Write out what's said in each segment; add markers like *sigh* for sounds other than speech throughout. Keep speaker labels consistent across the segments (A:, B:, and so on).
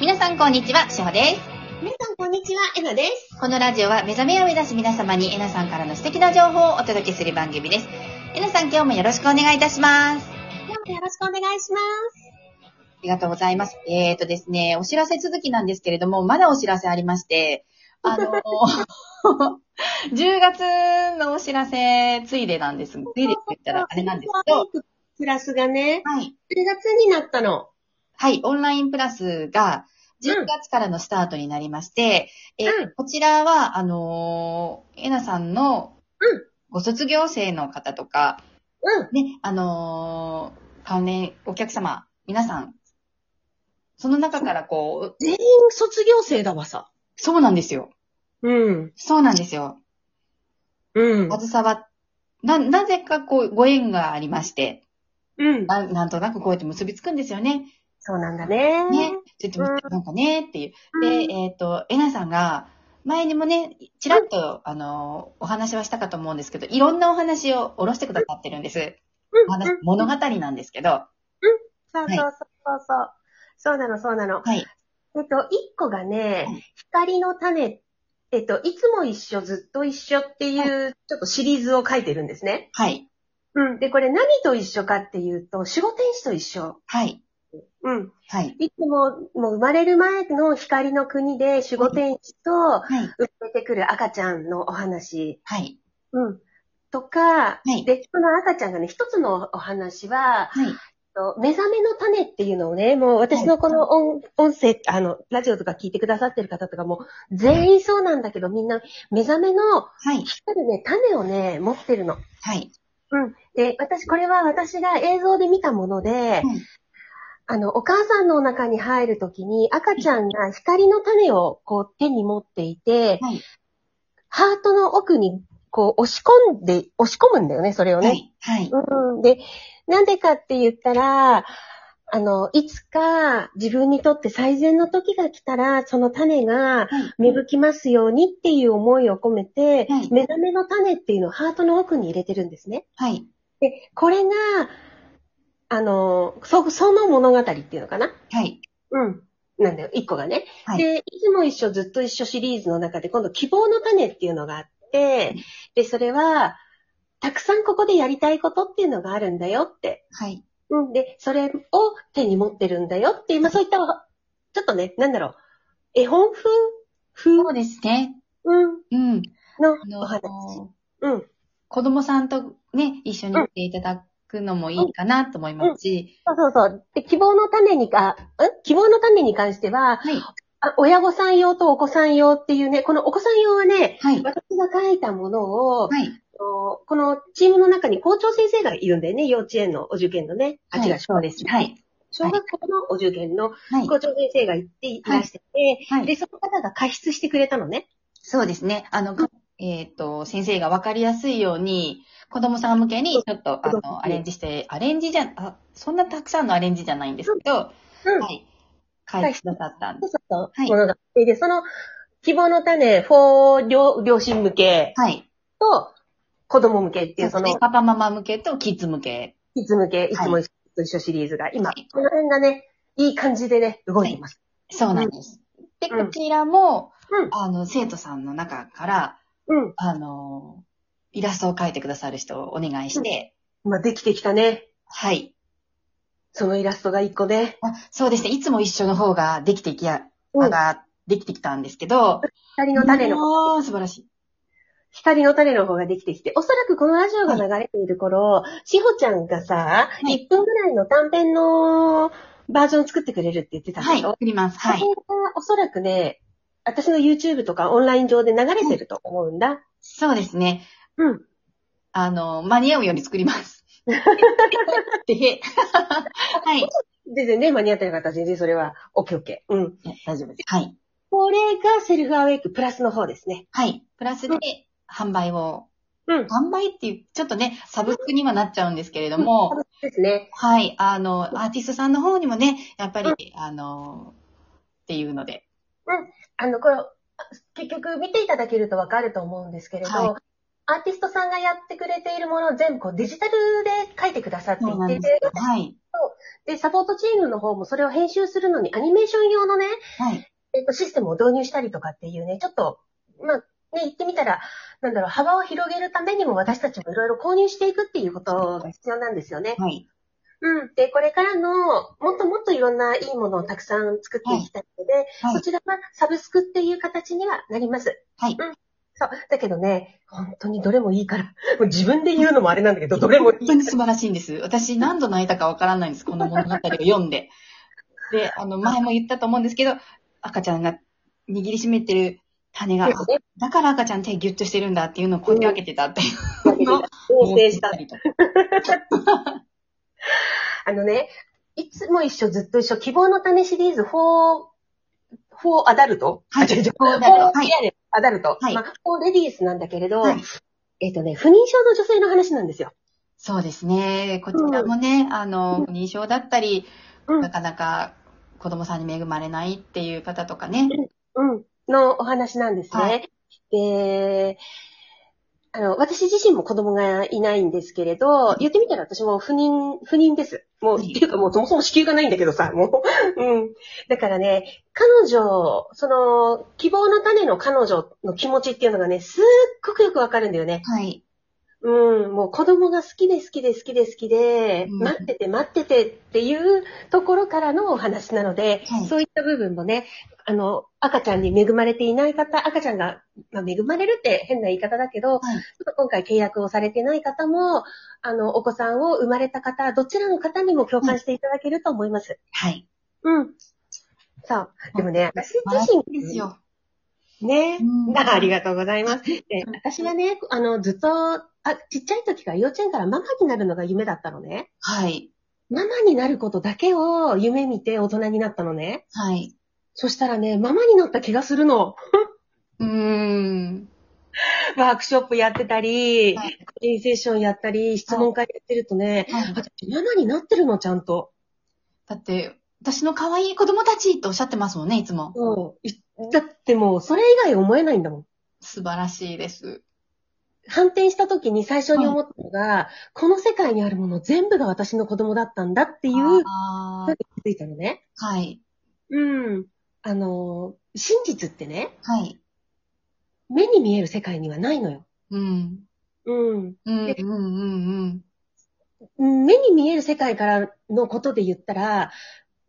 A: 皆さんこんにちは、しほです。
B: 皆さん、こんにちは。えなです。
A: このラジオは目覚めを目指す皆様にえなさんからの素敵な情報をお届けする番組です。えなさん今日もよろしくお願いいたします。
B: どうもよろしくお願いしま
A: ありがとうございます。えーとですね、お知らせ続きなんですけれども、まだお知らせありまして、あの、10月のお知らせついでなんです。ついでって言ったらあれなんですけど、
B: す。クラスがね、
A: はい。
B: 10月になったの。
A: はい、オンラインプラスが
B: うん
A: 10月からのスタートになりまして、え
B: うん
A: こちらは、あのーえなさんの
B: うん
A: ご卒業生の方とか、
B: うん。
A: ね、あのー関連お客様、皆さん、その中からこう、
B: 全員卒業生だわさ。
A: そうなんですよ。
B: うん。
A: そうなんですよ。
B: うん。
A: 携わ、な、なぜかこう、ご縁がありまして、
B: うん。
A: ななんとなくこうやって結びつくんですよね。
B: そうなんだね。
A: ね。ちょっと見て
B: う
A: なんかね、っていう。
B: う
A: で、
B: ん
A: えっ、と、えなさんが、前にもね、ちらっと、あの、お話はしたかと思うんですけど、いろんなお話をおろしてくださってるんです。
B: うん
A: お話
B: うん、
A: 物語なんですけど、は
B: そうそうそうそうそう。そうなの、そうなの。
A: い。
B: えっと、一個がね
A: はい、
B: 光の種、えっと、いつも一緒、ずっと一緒っていう、ちょっとシリーズを書いてるんですね。
A: はい。
B: うん。で、これ何と一緒かっていうと、守護天使と一緒。
A: はい。
B: うん。
A: はい。
B: いつも、もう生まれる前の光の国で守護天使と
A: はい。
B: 生まれてくる赤ちゃんのお話。
A: はい。
B: うん。とか、
A: はい
B: で、この赤ちゃんがね、一つのお話は、
A: はい。
B: と目覚めの種っていうのをね、もう私のこの音,、音声、あの、ラジオとか聞いてくださってる方とかも、全員そうなんだけど、みんな目覚めの
A: はい。
B: 光るね、種をね、持ってるの。
A: はい。
B: うん。で、私、これは私が映像で見たもので、
A: うん
B: あの、お母さんのお腹に入るときに、赤ちゃんが光の種をこう手に持っていて、
A: はい
B: ハートの奥にこう押し込んで、押し込むんだよね、それをね。
A: はい。はい。
B: うん。で、なんでかって言ったら、あの、いつか自分にとって最善の時が来たら、その種が
A: はい
B: 芽吹きますようにっていう思いを込めて、
A: はい
B: 目覚めの種っていうのをハートの奥に入れてるんですね。
A: はい。
B: で、これが、あの、そ、その物語っていうのかな
A: はい。
B: うん。なんだよ、一個がね。
A: はい
B: で、いつも一緒ずっと一緒シリーズの中で、今度希望の種っていうのがあって、で、それは、たくさんここでやりたいことっていうのがあるんだよって。
A: はい。
B: うん。で、それを手に持ってるんだよっていう、まあそういった、ちょっとね、なんだろう、絵本風
A: そ
B: 風
A: うですね。
B: うん。
A: うん。
B: のお話。うん。
A: 子供さんとね、一緒に来ていただくのもいいかなと思いますし、
B: そうそうそう。で、希望の種にか、ん希望の種に関しては、
A: はい。
B: あ親御さん用とお子さん用っていうね、このお子さん用はね、
A: はい。
B: 私が書いたものを、
A: はい。
B: あのこのチームの中に校長先生がいるんだよね、幼稚園のお受験のね。あ、
A: はい
B: 違う、
A: そうです。はい。
B: 小学校のお受験の
A: はい。
B: 校長先生が行っていらしてて、
A: はい
B: で、その方が加筆してくれたのね。
A: そうですね。あの、えっ、と、先生が分かりやすいように、子供さん向けに、ちょっと、あ
B: そうそう
A: の、アレンジして、アレンジじゃ、あ、そんなたくさんのアレンジじゃないんですけど、
B: うん。
A: はい。書いてくださったんで
B: そう
A: す。
B: そう
A: はい
B: ものが。で、その、希望の種、4両、両親向け
A: はい。
B: と、子供向けっていう、
A: そ
B: そうの
A: ですね、パパママ向けとキッズ向け。
B: いつ向け、いつも一緒シリーズが、今、この辺がね、いい感じでね、動いてます。
A: そうなんです。で、
B: うん
A: こちらも、
B: うん
A: あの、生徒さんの中から、
B: うん。
A: あの、イラストを描いてくださる人をお願いして、
B: まあ、できてきたね。
A: はい。
B: そのイラストが一個ね。
A: あそうですね。いつも一緒の方ができていきや、
B: うん。
A: が、できてきたんですけど、
B: 光の種の、
A: あー素晴らしい。
B: 光の種の方ができてきて、おそらくこのラジオが流れている頃、しほちゃんがさ、
A: い
B: 1分ぐらいの短編のバージョン作ってくれるって言ってた
A: は
B: で
A: い、
B: しょ
A: 送ります。はい
B: そ。れがおそらくね、私の YouTube とかオンライン上で流れてると思うんだ。
A: そうですね。
B: うん。
A: あの、間に合うように作り *laughs* ます。で *laughs* へ。はい。
B: 全然ね、間に合ってなかったら全然それは、オッケーオッケー。うん。
A: 大丈夫です。はい。
B: これがセルフアウェイクプラスの方ですね。
A: はい。プラスで、販売を。
B: うん。
A: 販売っていう、ちょっとね、サブスクにはなっちゃうんですけれども、
B: ですね。
A: はい。あの、アーティストさんの方にもね、やっぱり、あの、っていうので。
B: あの、これ、結局見ていただけるとわかると思うんですけれど、
A: は
B: アーティストさんがやってくれているものを全部こうデジタルで書いてくださってい
A: そうなん
B: て、
A: ですよ。はい。
B: で、サポートチームの方もそれを編集するのにアニメーション用のね、
A: はい。
B: えっと、システムを導入したりとかっていうね、ちょっと、まあ、ね、言ってみたら、なんだろう、幅を広げるためにも私たちもいろいろ購入していくっていうことが必要なんですよね。
A: はい。
B: うん。で、これからの、もっともっといろんないいものをたくさん作っていきたいので、
A: はい
B: そ。ちらはサブスクっていう形にはなります。
A: はい
B: うん。そう。だけどね、本当にどれもいいから、もう自分で言うのもあれなんだけど、どれもい
A: 本当
B: い。
A: に素晴らしいんです。 *laughs* 私何度泣いたかわからないんです。この物語を読んで。で、あの、前も言ったと思うんですけど、赤ちゃんが握りしめてる種が、あだから赤ちゃん手ギュッとしてるんだっていうのを声かけてたっていうのを
B: 合成した。
A: りとか。
B: あのね、いつも一緒ずっと一緒、希望の種シリーズ4、4アダルト
A: はい
B: あ違う違う
A: こうなる
B: 4
A: はい。
B: アダルト。
A: はい
B: まあ、4レディースなんだけれど、
A: はい
B: えっ、とね、不妊症の女性の話なんですよ。
A: そうですね。こちらもね、あの、認証だったり、
B: うん
A: なかなか子供さんに恵まれないっていう方とかね。
B: うん。のお話なんですね。
A: は
B: で、あの、私自身も子供がいないんですけれど、言ってみたら私も不妊、不妊です。もう、
A: はい
B: っていうかもうそもそも子宮がないんだけどさ、もう。 *laughs* うん。だからね、彼女、その、希望の種の彼女の気持ちっていうのがね、すっごくよくわかるんだよね。
A: はい。
B: うん、もう子供が好きで好きで好きで好きで、
A: うん
B: 待ってて待っててっていうところからのお話なので、
A: はい
B: そういった部分もね、あの、赤ちゃんに恵まれていない方、赤ちゃんが、まあ、恵まれるって変な言い方だけ
A: はい
B: ど、ちょっと今回契約をされてない方も、あの、お子さんを生まれた方、どちらの方にも共感していただけると思います。
A: はい。
B: うん。そう。でもね、私自身、
A: ですよ。
B: ね、
A: うん
B: *laughs* あありがとうございます。
A: *laughs*
B: で私はね、あの、ずっと、あ、ちっちゃい時から幼稚園からママになるのが夢だったのね。
A: はい。
B: ママになることだけを夢見て大人になったのね。
A: はい。
B: そしたらね、ママになった気がす
A: *laughs*
B: るの。
A: うーん。
B: ワークショップやってたり、
A: はい
B: 個人セッションやったり、質問会やってるとね、
A: はい
B: 私ママになってるの、ちゃんと。
A: だって、私の可愛い子供たちとおっしゃってますもんね、いつも。
B: うんいだってもう、それ以外思えないんだもん。
A: 素晴らしいです。
B: 反転した時に最初に思ったのが、この世界にあるもの全部が私の子供だったんだっていう
A: あ
B: そ
A: ー
B: れに気づいたのね。
A: はい。
B: うん。あの、真実ってね、
A: はい。
B: 目に見える世界にはないのよ。
A: うん。
B: うん。
A: うん、
B: で
A: うん、うん、
B: 目に見える世界からのことで言ったら、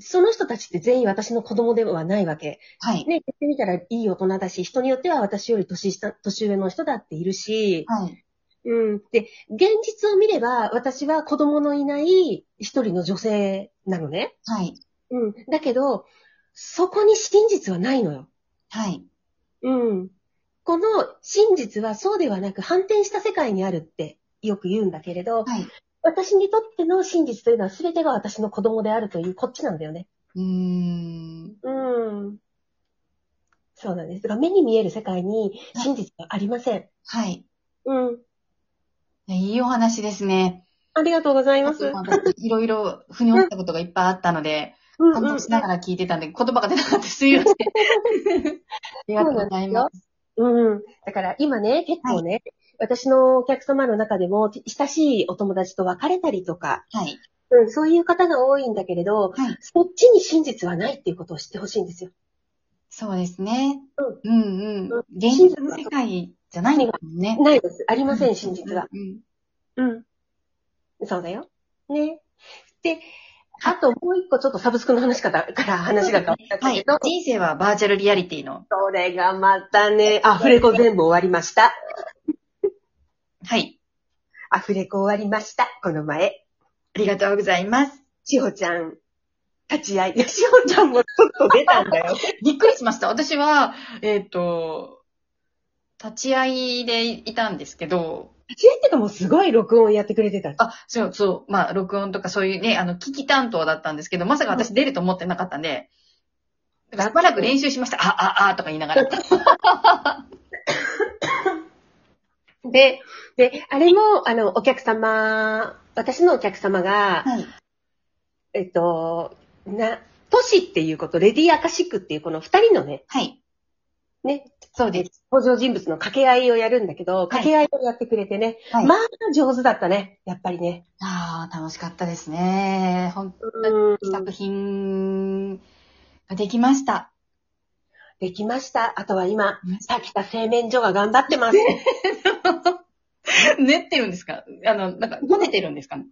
B: その人たちって全員私の子供ではないわけ。
A: はい。
B: ね、言ってみたらいい大人だし、人によっては私より年下、年上の人だっているし、
A: はい。
B: うん。で、現実を見れば、私は子供のいない一人の女性なのね。
A: はい。
B: うん。だけど、そこに真実はないのよ。
A: はい。
B: うん。この真実はそうではなく反転した世界にあるってよく言うんだけれど、
A: はい。
B: 私にとっての真実というのは全てが私の子供であるというこっちなんだよね。
A: うーん。
B: うん。そうなんです。だから目に見える世界に真実はありません。
A: はい。
B: うん。
A: いやいいお話ですね。
B: ありがとうございます。うん
A: 私いろいろ腑に落ちたことがいっぱいあったので、
B: うん
A: 感動しながら聞いてたんで、言葉が出なかったです。すい
B: *laughs*
A: ません。ありがとうございます。
B: うん。だから今ね、結構ね、私のお客様の中でも親しいお友達と別れたりとか、
A: はい。
B: うん、そういう方が多いんだけれど、
A: はい。
B: そっちに真実はないっていうことを知ってほしいんですよ。
A: そうですね。うん、うん、
B: うん
A: 現実の世界じゃないんだもんね。
B: ないです。あり
A: い
B: ません、真実は。。
A: うん。
B: うん。そうだよ。ね。で、あともう一個ちょっとサブスクの話からから話が変わった
A: は
B: んだ
A: い
B: けど、。
A: 人生はバーチャルリアリティの。
B: それがまたね、アフレコ全部終わりました。
A: はい。
B: アフレコ終わりました、この前。
A: ありがとうございます。
B: しほちゃん、立ち会い。いや、しほちゃんもちょっと出たんだよ。
A: びっくりしました。私は、えっ、と、立ち会いでいたんですけど、
B: 立ち会いっていうかもうすごい録音やってくれてた。
A: あ、そう、そう、まあ、録音とかそういうね、あの、機器担当だったんですけど、まさか私出ると思ってなかったんで、しばらく練習しました。あ、あ、あ、とか言いながら。
B: で、で、あれも、あの、お客様、私のお客様が、
A: はい。
B: えっと、な、都市っていうこと、レディーアカシックっていうこの二人のね、
A: はい。
B: ね、
A: そうです。
B: 登場人物の掛け合いをやるんだけど、掛け合いをやってくれてね。
A: はい
B: まあ、上手だったね。やっぱりね。
A: ああ、楽しかったですね。本
B: うん
A: 当に作品ができました。
B: できました。あとは今、
A: ね
B: 滝田製麺所が頑張ってます。
A: *laughs* 練ってるんですかあの、なんか、こねてるんですかね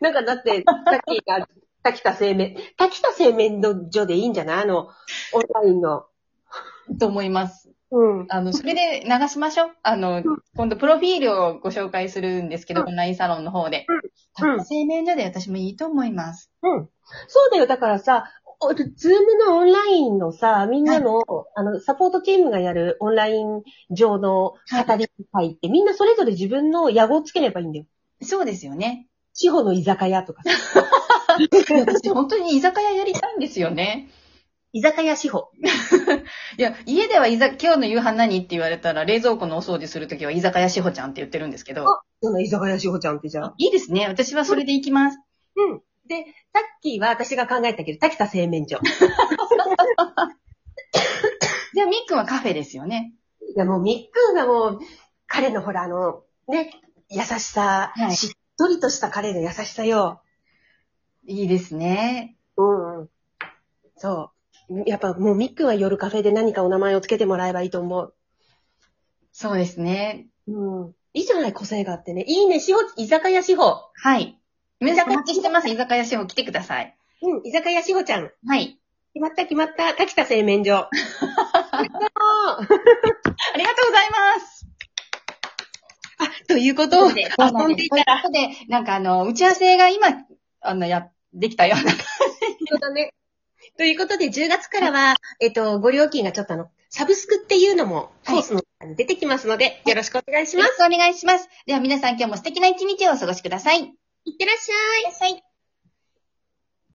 B: なんかだって、さっきが、滝田製麺、滝田製麺所でいいんじゃないあの、オンラインの。
A: と思います。
B: うん。
A: あの、それで流しましょう。あの、今度プロフィールをご紹介するんですけど、
B: うん
A: オンラインサロンの方で。
B: うんうん
A: 多分生命所で私もいいと思います。
B: うん。そうだよ。だからさ、おズームのオンラインのさ、みんなの、あの、サポートチームがやるオンライン上の語り会って、みんなそれぞれ自分の野号をつければいいんだよ。
A: そうですよね。
B: 地方の居酒屋とかさ。
A: 私本当に居酒屋やりたいんですよね。
B: *laughs* 居酒屋志保。
A: いや、家では居酒今日の夕飯何って言われたら、冷蔵庫のお掃除するときは居酒屋しほちゃんって言ってるんですけど。
B: その居酒屋志保ちゃんってじゃあ。
A: いいですね。私はそれで行きます。
B: で、さっきは私が考えたけど、滝田製麺所。
A: じゃあ、みっくんはカフェですよね。
B: *laughs* いやもうみっくんがもう、彼のほらあの、ね、優しさ、
A: はい
B: しっとりとした彼の優しさよ。
A: いいですね。
B: うん、うん。そう。やっぱもうみっくんは夜カフェで何かお名前をつけてもらえばいいと思
A: そうですね。
B: う。うん。いいじゃない、個性があってね。いいね、しほ、居酒屋しほ。
A: はい。お
B: 居酒屋
A: 待ちしてます。居酒屋シェフ来てください。
B: うん、居酒屋しほちゃん。決
A: はい。
B: まった、決まった。滝田製麺所。
A: ありがとうございます。
B: ということと
A: いうことで、、
B: で遊んでいたら、
A: ということで、なんかあの、打ち合わせが今、あの、や、できたような。
B: そうだね。ということで、10月からは、えっと、ご料金がちょっとあの、サブスクっていうのも、コースの中に出てきますので、よろしくお願いします。
A: くお願いします。では皆さん今日も素敵な一日をお過ごしください。いっ
B: いってらっしゃい。
A: てらっしゃい。